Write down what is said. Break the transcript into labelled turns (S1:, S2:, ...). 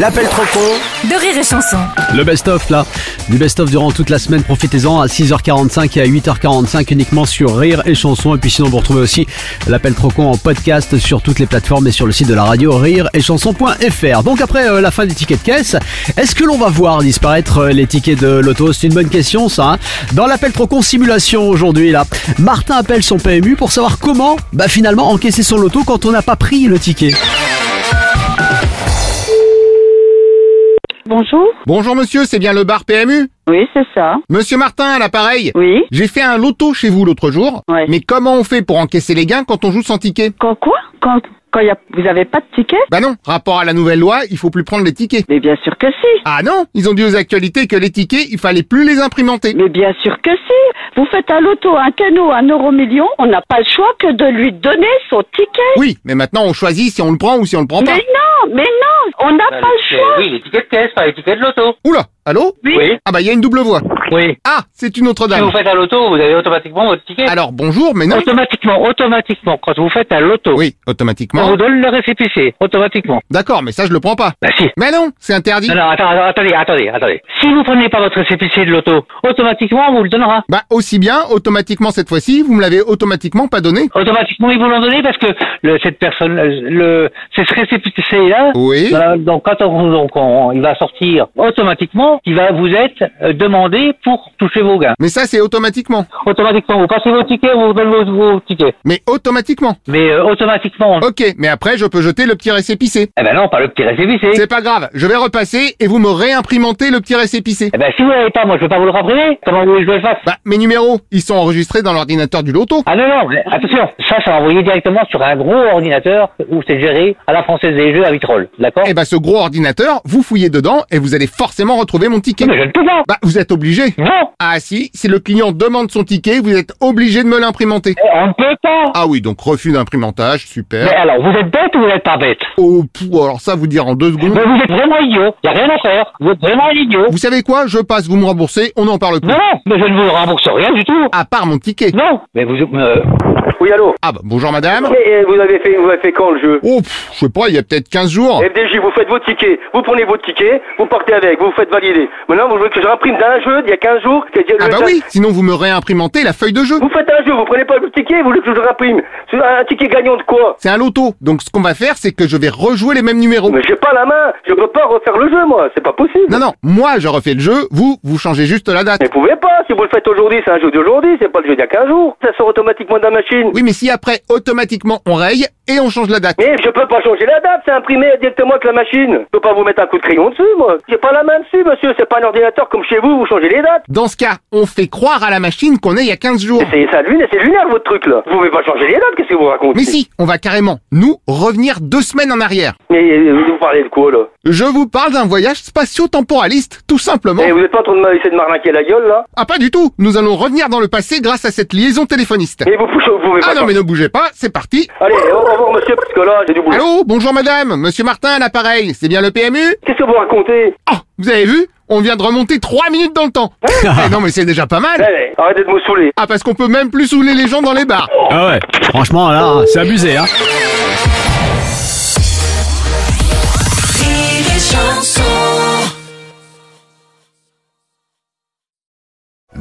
S1: L'appel trop con
S2: de rire et chanson.
S3: Le best-of là, du best-of durant toute la semaine, profitez-en à 6h45 et à 8h45 uniquement sur Rire et Chanson. Et puis sinon vous retrouvez aussi l'appel trop con en podcast sur toutes les plateformes et sur le site de la radio rire et chanson.fr. Donc après euh, la fin des tickets de caisse, est-ce que l'on va voir disparaître euh, les tickets de l'auto C'est une bonne question ça. hein. Dans l'appel trop con simulation aujourd'hui là, Martin appelle son PMU pour savoir comment bah, finalement encaisser son loto quand on n'a pas pris le ticket.
S4: Bonjour.
S5: Bonjour monsieur, c'est bien le bar PMU
S4: Oui, c'est ça.
S5: Monsieur Martin à l'appareil
S4: Oui.
S5: J'ai fait un loto chez vous l'autre jour,
S4: Ouais.
S5: mais comment on fait pour encaisser les gains quand on joue sans ticket
S4: Quand quoi Quand quand y a, vous avez pas de ticket
S5: Bah non, rapport à la nouvelle loi, il faut plus prendre les tickets.
S4: Mais bien sûr que si.
S5: Ah non, ils ont dit aux actualités que les tickets, il fallait plus les imprimanter.
S4: Mais bien sûr que si. Vous faites un loto, un canot, un euro million, on n'a pas le choix que de lui donner son ticket.
S5: Oui, mais maintenant on choisit si on le prend ou si on le prend
S4: Mais
S5: pas.
S4: non, mais non, on n'a pas
S6: Ah,
S4: Bah, le
S6: les-
S4: choix.
S6: Oui, les tickets de caisse, pas les tickets de loto.
S5: Oula, allô
S6: Oui,
S5: Ah bah il y a une double voix.
S6: oui.
S5: Ah, c'est une autre
S6: Si
S5: dame.
S6: vous faites un loto, vous avez automatiquement votre ticket.
S5: Alors bonjour, mais Ah, non.
S6: Automatiquement, automatiquement, quand vous faites un loto,
S5: Oui,
S6: on
S5: automatiquement.
S6: vous donne le récépissé, automatiquement.
S5: D'accord, mais ça je le prends pas.
S6: Bah si.
S5: Mais non, c'est interdit.
S6: Non, non, attends, attends, attendez, attendez, attendez. Si vous prenez pas votre récépissé de loto, automatiquement, on vous le donnera.
S5: Bah aussi bien, automatiquement cette fois-ci, vous me l'avez automatiquement pas donné.
S6: Automatiquement, ils vous l'ont donné parce que le, cette personne, le, le- c'est ce récépissé-là.
S5: Oui.
S6: voilà, donc, quand on, donc, on- il va sortir automatiquement, il va vous être euh, demandé pour toucher vos gains.
S5: Mais ça c'est automatiquement.
S6: Automatiquement, vous passez vos tickets, on vous donne vos, vos tickets.
S5: Mais automatiquement.
S6: Mais euh, automatiquement, on...
S5: Ok, mais après je peux jeter le petit récépissé.
S6: Eh ben non, pas le petit récépissé.
S5: C'est pas grave, je vais repasser et vous me réimprimentez le petit récépissé.
S6: Eh ben si vous l'avez pas, moi je vais pas vous le rappeler. Comment vous voulez que je le fasse
S5: Bah, mes numéros, ils sont enregistrés dans l'ordinateur du loto.
S6: Ah non, non, mais attention. Ça, ça va envoyer directement sur un gros ordinateur où c'est géré à la française des jeux à Vitrolles. D'accord
S5: Et bah, ce gros ordinateur, vous fouillez dedans et vous allez forcément retrouver mon ticket.
S6: Mais je ne peux pas.
S5: Bah, vous êtes obligé.
S6: Non,
S5: Ah si, si le client demande son ticket, vous êtes obligé de me l'imprimenter.
S6: on ne peut pas.
S5: Ah oui, donc refus d'imprimantage, super.
S6: Mais alors, vous êtes bête ou vous n'êtes pas bête
S5: Oh, pou, alors ça, vous dire en deux secondes.
S6: Mais vous êtes vraiment idiot. Il a rien à faire. Vous êtes vraiment un idiot.
S5: Vous savez quoi Je passe, vous me remboursez, on n'en parle plus.
S6: Non, non, mais je ne vous rembourse rien du tout.
S5: À part mon ticket.
S6: Non. Mais vous... euh,
S7: Oui, allô
S5: Ah bah, bonjour madame.
S7: Mais euh, vous avez fait, vous avez fait quand le jeu
S5: Oh, pff, je sais pas, il y a peut-être 15 jours.
S7: FDJ, vous faites vos tickets, vous prenez vos tickets, vous partez avec, vous vous faites valider. Maintenant, vous voulez que je réimprime d'un jeu d'il y a 15 jours que j'ai-
S5: Ah
S7: ben, le-
S5: bah oui, sinon vous me réimprimentez la feuille de jeu.
S7: Vous faites un jeu, vous prenez pas le ticket, vous voulez que je le réimprime C'est un un ticket gagnant de quoi
S5: C'est un loto. Donc ce qu'on va faire, c'est que je vais rejouer les mêmes numéros.
S7: Mais j'ai pas la main, je peux pas refaire le jeu, moi, c'est pas possible.
S5: Non, non, moi je refais le jeu, vous, vous changez juste la date.
S7: Mais vous pouvez pas, si vous le faites aujourd'hui, c'est un jeu d'aujourd'hui, c'est pas le jeu d'il y a 15 jours. Ça sort automatiquement de la machine.
S5: Oui, mais si après, automatiquement, on raye et on change la date.
S7: Mais je peux pas changer la date, c'est imprimé directement avec la machine. Je peux pas vous mettre un coup de crayon dessus, moi. J'ai pas la main dessus, monsieur, c'est pas un ordinateur comme chez vous, vous changez les dates.
S5: Dans ce cas, on fait croire à la machine qu'on est il y a 15 jours.
S7: Mais C'est ça, lune, c'est lunaire votre truc là. Vous pouvez pas changer les dates, qu'est-ce que vous racontez
S5: Mais si, on va carrément, nous, revenir deux semaines en arrière.
S7: Mais euh, vous parlez de quoi là
S5: Je vous parle d'un voyage spatio-temporaliste, tout simplement.
S7: Eh, Vous êtes pas en train de m'essayer de m'arnaquer la gueule là
S5: Ah pas du tout, nous allons revenir dans le passé grâce à cette liaison téléphoniste.
S7: Et vous, vous pouvez pas.
S5: Ah non mais ne bougez pas, c'est parti.
S7: Allez, au revoir monsieur, parce que là j'ai du boulot.
S5: Allô, bonjour madame, monsieur Martin à l'appareil, c'est bien le PMU
S7: Qu'est-ce que vous racontez
S5: Oh, vous avez vu On vient de remonter trois minutes dans le temps. Eh non, mais c'est déjà pas
S7: Eh,
S5: mal.
S7: eh, Arrêtez de me saouler.
S5: Ah, parce qu'on peut même plus saouler les gens dans les bars.
S3: Ah ouais, franchement là, hein, c'est abusé hein.